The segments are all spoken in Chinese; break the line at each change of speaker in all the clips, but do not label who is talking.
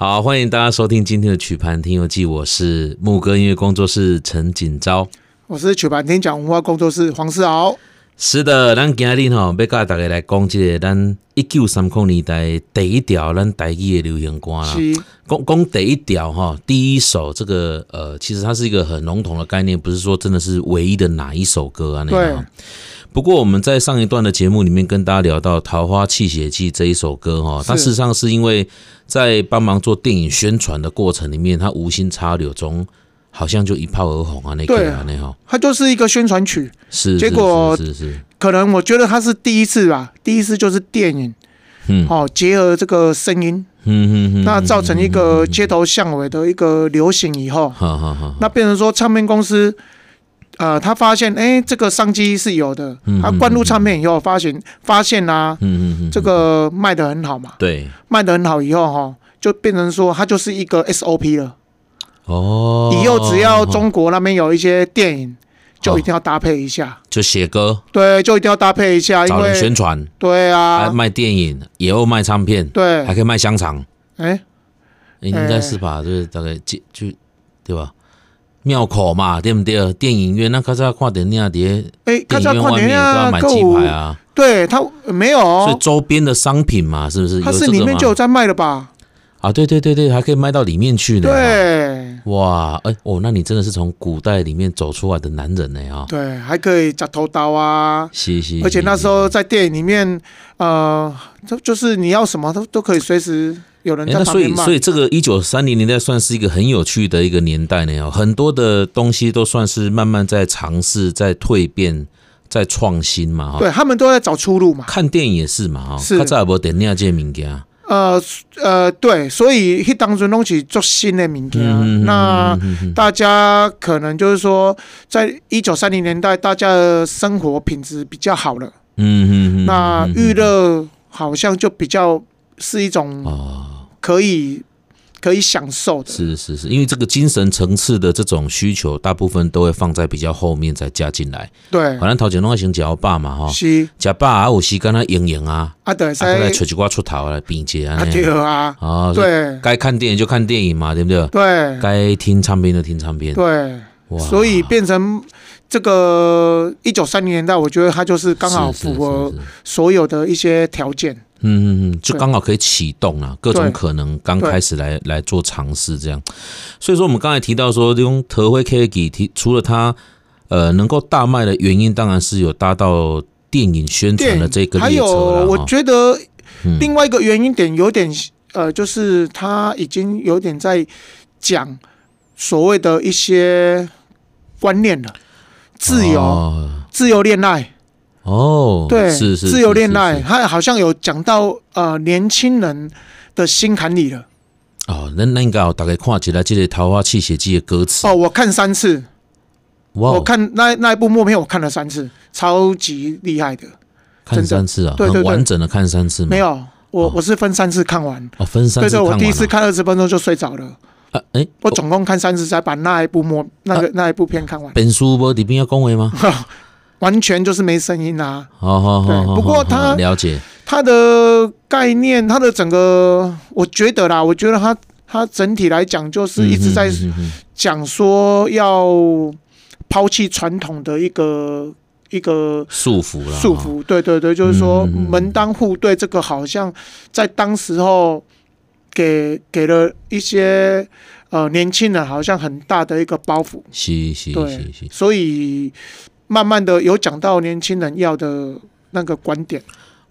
好，欢迎大家收听今天的曲盘听游记，我是木哥音乐工作室陈锦昭。
我是曲盘天讲文化工作室黄世豪。
啊是的，咱今日吼要甲大家来讲即个咱一九三零年代第一条咱台语的流行歌啦。
是，
讲讲第一条哈，第一首这个呃，其实它是一个很笼统的概念，不是说真的是唯一的哪一首歌啊那
对
样。不过我们在上一段的节目里面跟大家聊到《桃花泣血记》这一首歌哈，它
是
事实上是因为在帮忙做电影宣传的过程里面，它无心插柳中好像就一炮而红啊那
对
个
啊
啊那哈，
它就是一个宣传曲。
是
结
是
果
是是是，
可能我觉得它是第一次吧，第一次就是电影，
嗯
哦，结合这个声音，
嗯嗯嗯，
那造成一个街头巷尾的一个流行以后，
好好好，
那变成说唱片公司，呃，他发现哎、这个商机是有的
嗯，
他
嗯
灌入
嗯
唱片以后，发现发现啦、
嗯嗯嗯，
这个卖得很好嘛，
对
卖得很好以后哈、哦，就变成说它就是一个 SOP 了。
哦，
以后只要中国那边有一些电影，就一定要搭配一下。
就写歌
对，就一定要搭配一下，因
哦找人
为
宣传。
对
还
啊，
卖电影，也有卖唱片，
对
还，可以卖香肠，
哎，
应该是吧？就是大概就就对吧？庙口嘛，对不对？电影院那较早看电影啊，碟
哎，大
电
家
影院
快
外面也
点
都要
啊，
买
购
鸡
物
排，啊，
对他没
所以
有，
周边的商品嘛，是不是？
他
有
是
这
里
个
面就有
吗？
在卖的吧？
啊，对对对对，还可以卖到里面去呢。，
对
哇，哎哦，那你真的是从古代里面走出来的男人呢啊！
对，还可以夹头刀啊。
是是，
而且那
是
时候在电影里面，呃，就就是你要什么都都可以随时有人
哎，
在
那
旁
所
边
以
卖
所。以这个一九三零年代算是一个很有趣的一个年代呢哦，很多的东西都算是慢慢在尝试、在蜕变、在创新嘛哈。
对他们都在找出路嘛。
看电影也是嘛哈，哦
是
较早也无电影这物件，
呃呃，对，所以迄当中拢是做新的物件、
嗯
那
嗯嗯嗯
大家可能就是说，在一九三零年代，大家的生活品质比较好了，
嗯嗯嗯，
那
嗯嗯
娱乐好像就比较是一种
哦，
可以、可以享受的。
是是是，因为这个精神层次的这种需求，大部分都会放在比较后面再加进来。
对
反，正头前拢爱先食饱嘛吼，
是
食饱啊有时间啊用用啊，
啊，对，
啊再来
在
找一寡出头来并接
啊
安尼
对。啊，
哦，所以
对
该看电影就看电影嘛，对不对？
对
该听唱片就听唱片。
对，
哇
所以变成这个一九三零年代，我觉得它就是刚好
是是
符合
是是
所有的一些条件。
嗯嗯嗯，就
对
刚好可以启动了，各种可能刚开始来来做尝试这样。所以说我们刚才提到说，用特惠 K G 提，除了它呃能够大卖的原因，当然是有搭到电影宣
电
传
影
的这个
还
列
有，
车了。
我
哦
觉得
嗯
另外一个原因点有点呃，就是他已经有点在讲所谓的一些观念了，自由、
哦
自由恋爱，
哦，
对，
是是
自由恋爱，
是是是
他好像有讲到呃年轻人的心坎里了。
哦，那那应该有大概看起来这个《桃花泣血记》的歌词
哦，我看三次，
哇
我看那那一部默片我看了三次，超级厉害的。
看三次啊，
对对
很
对
完整的看三次吗？
没有，我、
哦
我是分三次看完，
哦，分三
对
次
对，
看
我
完
第一次
了。
看二十分钟就睡着了。
啊，哎，
我总共看三十才把那一部摸那个、
呃
那一部片看完，
本书无伫边要讲话吗？
完全就是没声音啊。
好好好
对
好，
不过
好
他
好了解，
它的概念，它的整个，我觉得啦，我觉得它它整体来讲就是一直在
嗯哼嗯哼嗯哼
讲说要抛弃传统的一个一个
束缚了，
束缚，对对对，就是说
哦嗯嗯嗯
门当户对这个好像在当时候给给了一些呃年轻人好像很大的一个包袱。
是是
对
是是，，
所以慢慢的有讲到年轻人要的那个观点，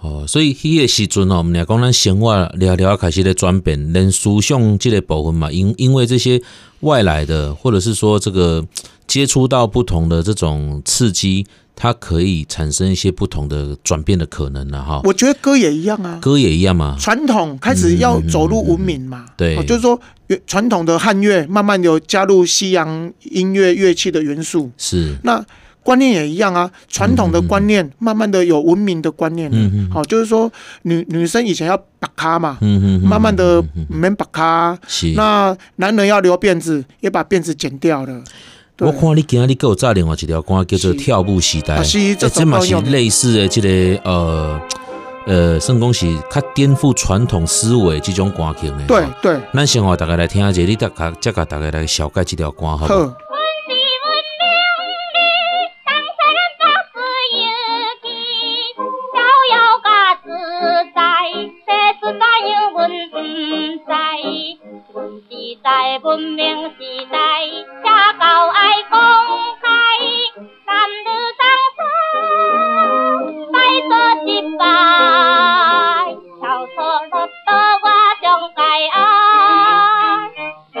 哦，所以迄个时阵哦，我们俩讲咱生活聊聊开始咧转变，连思想这个部分嘛，因因为这些外来的，或者是说这个接触到不同的这种刺激，它可以产生一些不同的转变的可能了哈。
我觉得歌也一样
哦
啊。
歌也一样嘛，
传统开始要走入文明嘛，
嗯对
哦就是说原传统的汉乐慢慢有加入西洋音乐乐器的元素，
是，
那观念也一样啊。传统的观念慢慢的有文明的观念了，
嗯嗯
好、就是说女女生以前要绑卡嘛，
嗯哼哼，
慢慢的
嗯哼哼
没绑卡，
是。
那男人要留辫子，也把辫子剪掉了。对
我看你今日给我炸另外一条歌叫做《
是
跳舞时代》，
啊是
欸
这首
这嘛
歌
是
有名
类似的这个呃呃，算讲是较颠覆传统思维这种歌曲的。
对
吼
对，
咱先互大家来听一下，你大家再甲大家来小解这条歌，好不好？
好，
文明时代，社交爱公开，男女双双拜做一拜，超出落到我上界爱。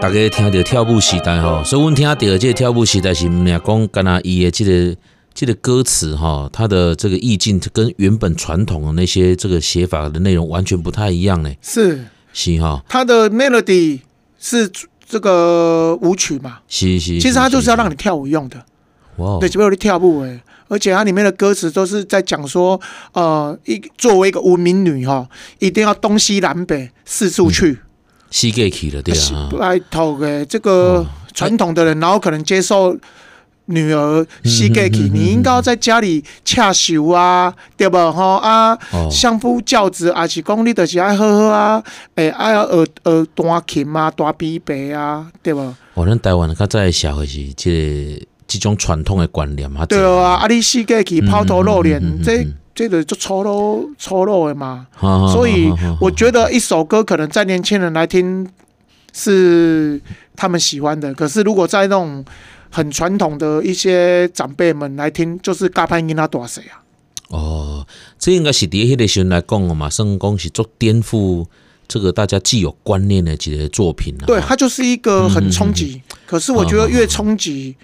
大家听到跳舞时代吼，所以阮听到的这个跳舞时代是毋俩讲干那伊的这个这个歌词吼，它的这个意境跟原本传统的那些这个写法的内容完全不太一样呢，
是
是吼，
它的 melody 是这个舞曲嘛，
是是。
其实它就是要让
你
你跳舞用的，
哇哦，
对，只不过你跳舞哎，而且它里面的歌词都是在讲说，呃，一作为一个无名女哈，一定要东西南北四处去，
膝盖去了对
是
啊，哦
拜托给这个传统的人，然后可能接受。女儿膝盖去，
嗯嗯嗯嗯
你应该要在家里恰手啊，对吧？吼啊，
哦，
相夫教子，也是讲你就是爱好好啊，诶、爱学学弹琴啊，弹琵琶啊，对无？
哦，咱台湾较早的社会是这个这种传统的观念嘛，
对啊，啊你四界去抛头露脸，
嗯嗯嗯嗯嗯
这
嗯
这个就粗鲁粗鲁的嘛。
哈，哈
所以我
得
觉得一首歌可能在年轻人来听是他们喜欢的，可是如果在那种很传统的一些长辈们来听，就是嘎潘音他多谁啊？
哦，这应该是伫迄个时阵来讲嘛，算讲是做颠覆这个大家既有观念的一个作品啦。
对，
哦嗯
它就是一个很冲击。可是我觉得越冲击，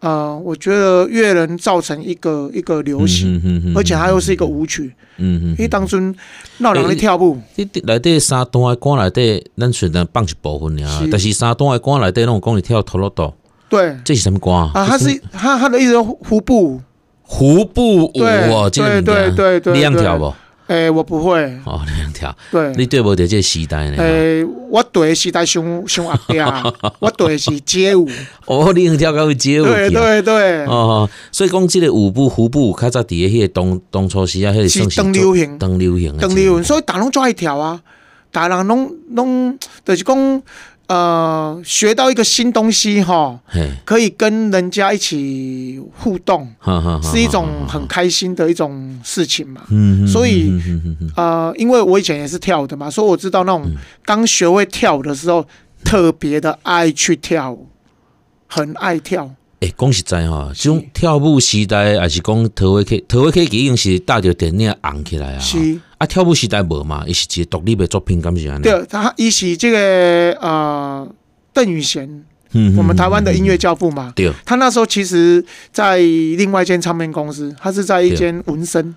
呃，我觉得越能造成一个一个流行，
嗯嗯嗯嗯
而且它又是一个舞曲。
嗯嗯
因为当中闹人咧跳舞，
你内底三段的歌内底，咱虽然放一部分尔
是，
但是三段的歌内底拢有讲你跳陀螺豆，
对
这是什么歌啊
啊，它是它它的一直胡步舞，
胡步舞哦，
对
这个物件
对对对对
你会跳无？
诶，哎我不会，
哦，你会跳，你
对，
对无着这个时代呢？
诶，我对的是在胸胸阿爹啊，我对的是 街舞，
哦，你会跳到会街舞
对
去啊？
对对，
哦，所以讲这个舞步、胡步，较早伫诶迄个当当初时啊，迄个
是
算是
当
做
流行
当流行的
当
这个
流行，所以大家拢抓一条啊，大家人拢拢就是讲，呃，学到一个新东西哈，
嘿，
可以跟人家一起互动，
哈哈哈
是一
哈
种
哈
很开心的一种事情嘛。
啊嗯，嗯
所以
嗯嗯嗯嗯嗯
呃，因为我以前也是跳舞的嘛，所以我知道那种刚学会跳舞的时候，特别的爱去跳舞，很爱跳。
诶，讲实在吼，这种跳舞时代，还是讲桃花溪，桃花溪已经是搭着电影红起来啊。
是
啊，跳舞时代无嘛，伊是一个独立的作品，敢是安尼？
第二，他一起这个呃邓宇贤，
嗯，嗯
我们啊台湾的音乐教父嘛，
对，
他那时候其实在另外一间唱片公司，他是在一间纹身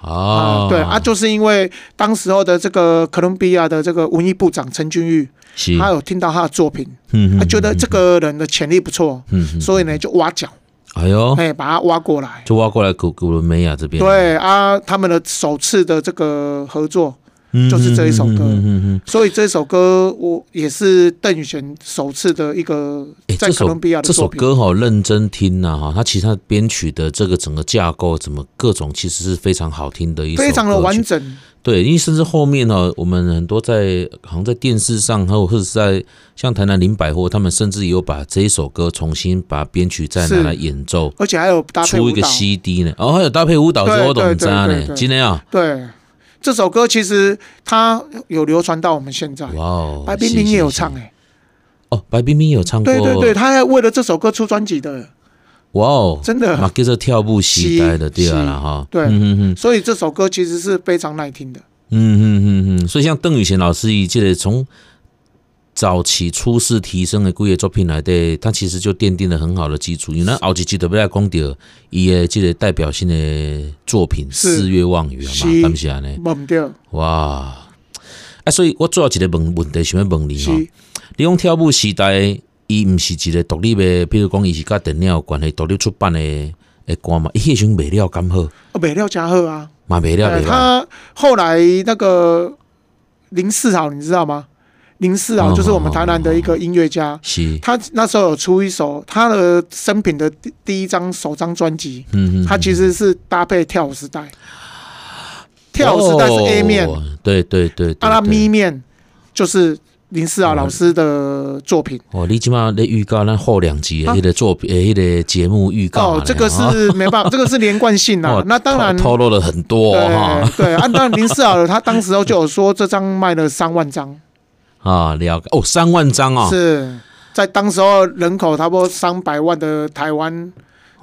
啊
哦，，
对啊，，就是因为当时候的这个哥伦比亚的这个文艺部长陈君玉，
是，
他有听到他的作品，
嗯
他觉得这，个人的潜力不错，
嗯嗯嗯嗯，
所以呢就挖角，
哎呦，
哎，把他挖过来。
就挖过来古古伦美亚这边，
对啊，他们的首次的这个合作，
嗯，
就是这一首歌
嗯嗯嗯嗯，
所以这首歌我也是邓宇贤首次的一个
哎，这
在哥
首
伦比亚的
这首
作品。
歌哈，认真听呐哈，它其实它编曲的这个整个架构，怎么各种其实是非常好听的一首，
非常的完。整，
对，因为甚至后面呢、我们很多在好像在电视上，还有或者是在像台南林百货，他们甚至也有把这一首歌重新把编曲再拿
是
来演奏，
而且还有搭配
出
舞
一个
蹈。
CD 呢。哦，还有搭配舞蹈之
对
后，懂
对对
渣
对
呢，
对
今天啊，
对，这首歌其实它有流传到我们现在，
哇哦，
白冰
是
冰也有
是
唱
是
哎、
哦，白冰冰也有唱过，
对对对，，他还为了这首歌出专辑的，
哇哦，
真的
嘛叫做跳舞时代的对啊
是
啦哈，
对
嗯嗯嗯
所以这首歌其实是非常耐听的。
嗯嗯嗯嗯，所以像邓宇贤老师以这个从。早期初试提升的几个作品来底，它其实就奠定了很好的基础。因为咱后一集特别来讲到伊的这个代表性的作品《
是
四月望雨》
是
嘛，感谢呢，
忘掉
哇！啊，所以我最后一个问问题想要问你
是
吼，你讲跳舞时代，伊毋是一个独立的，比如讲伊是甲电影有关系独立出版的的歌嘛，伊迄时阵卖了刚好，
哦，美料加贺啊，
嘛卖了
呃
袂歹，
他后来那个林世豪，你知道吗？林世
哦
豪就是我们台南的一个音乐家，
是，
他那时候有出一首他的生平的第第一张首张专辑，
嗯嗯，
他其实是搭配跳舞时代，跳舞时代是 A 面，
哦对对对，对
阿拉
对
咪面就是林思雅老师的作品。
哦，你即马咧预告咱后两集的迄个作品，诶，迄个节目预告嘛
哦
呢，
这个
哈
是没办法，这个是连贯性啊
哦。
那当然，
透透露了很多哦
对对，按照林思雅的，他当时候就有说这张卖了三万 张，
哈啊，了解哦，三万张哦，
是在当时候人口差不多三百万的台湾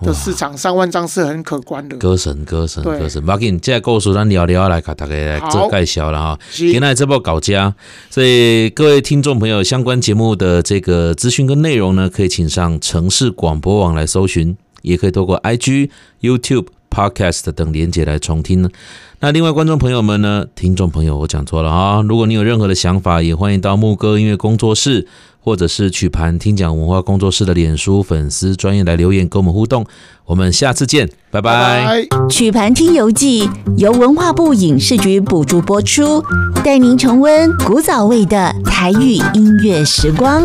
的市场，三万张是很可观的。
歌神歌神
对
歌神，不要紧，这个故事咱聊聊来给大家来做
好
介绍了哈。
是
今天这波搞家，所以各位听众朋友，相关节目的这个资讯跟内容呢，可以请上城市广播网来搜寻，也可以透过 IG、YouTube、Podcast 等连接来重听呢。那另外，观众朋友们呢，听众朋友，我讲错了啊！如果你有任何的想法，也欢迎到牧歌音乐工作室，或者是曲盘听讲文化工作室的脸书粉丝专业来留言跟我们互动。我们下次见，拜拜。
拜。
曲盘听游记由文化部影视局补助播出，带您重温古早味的台语音乐时光。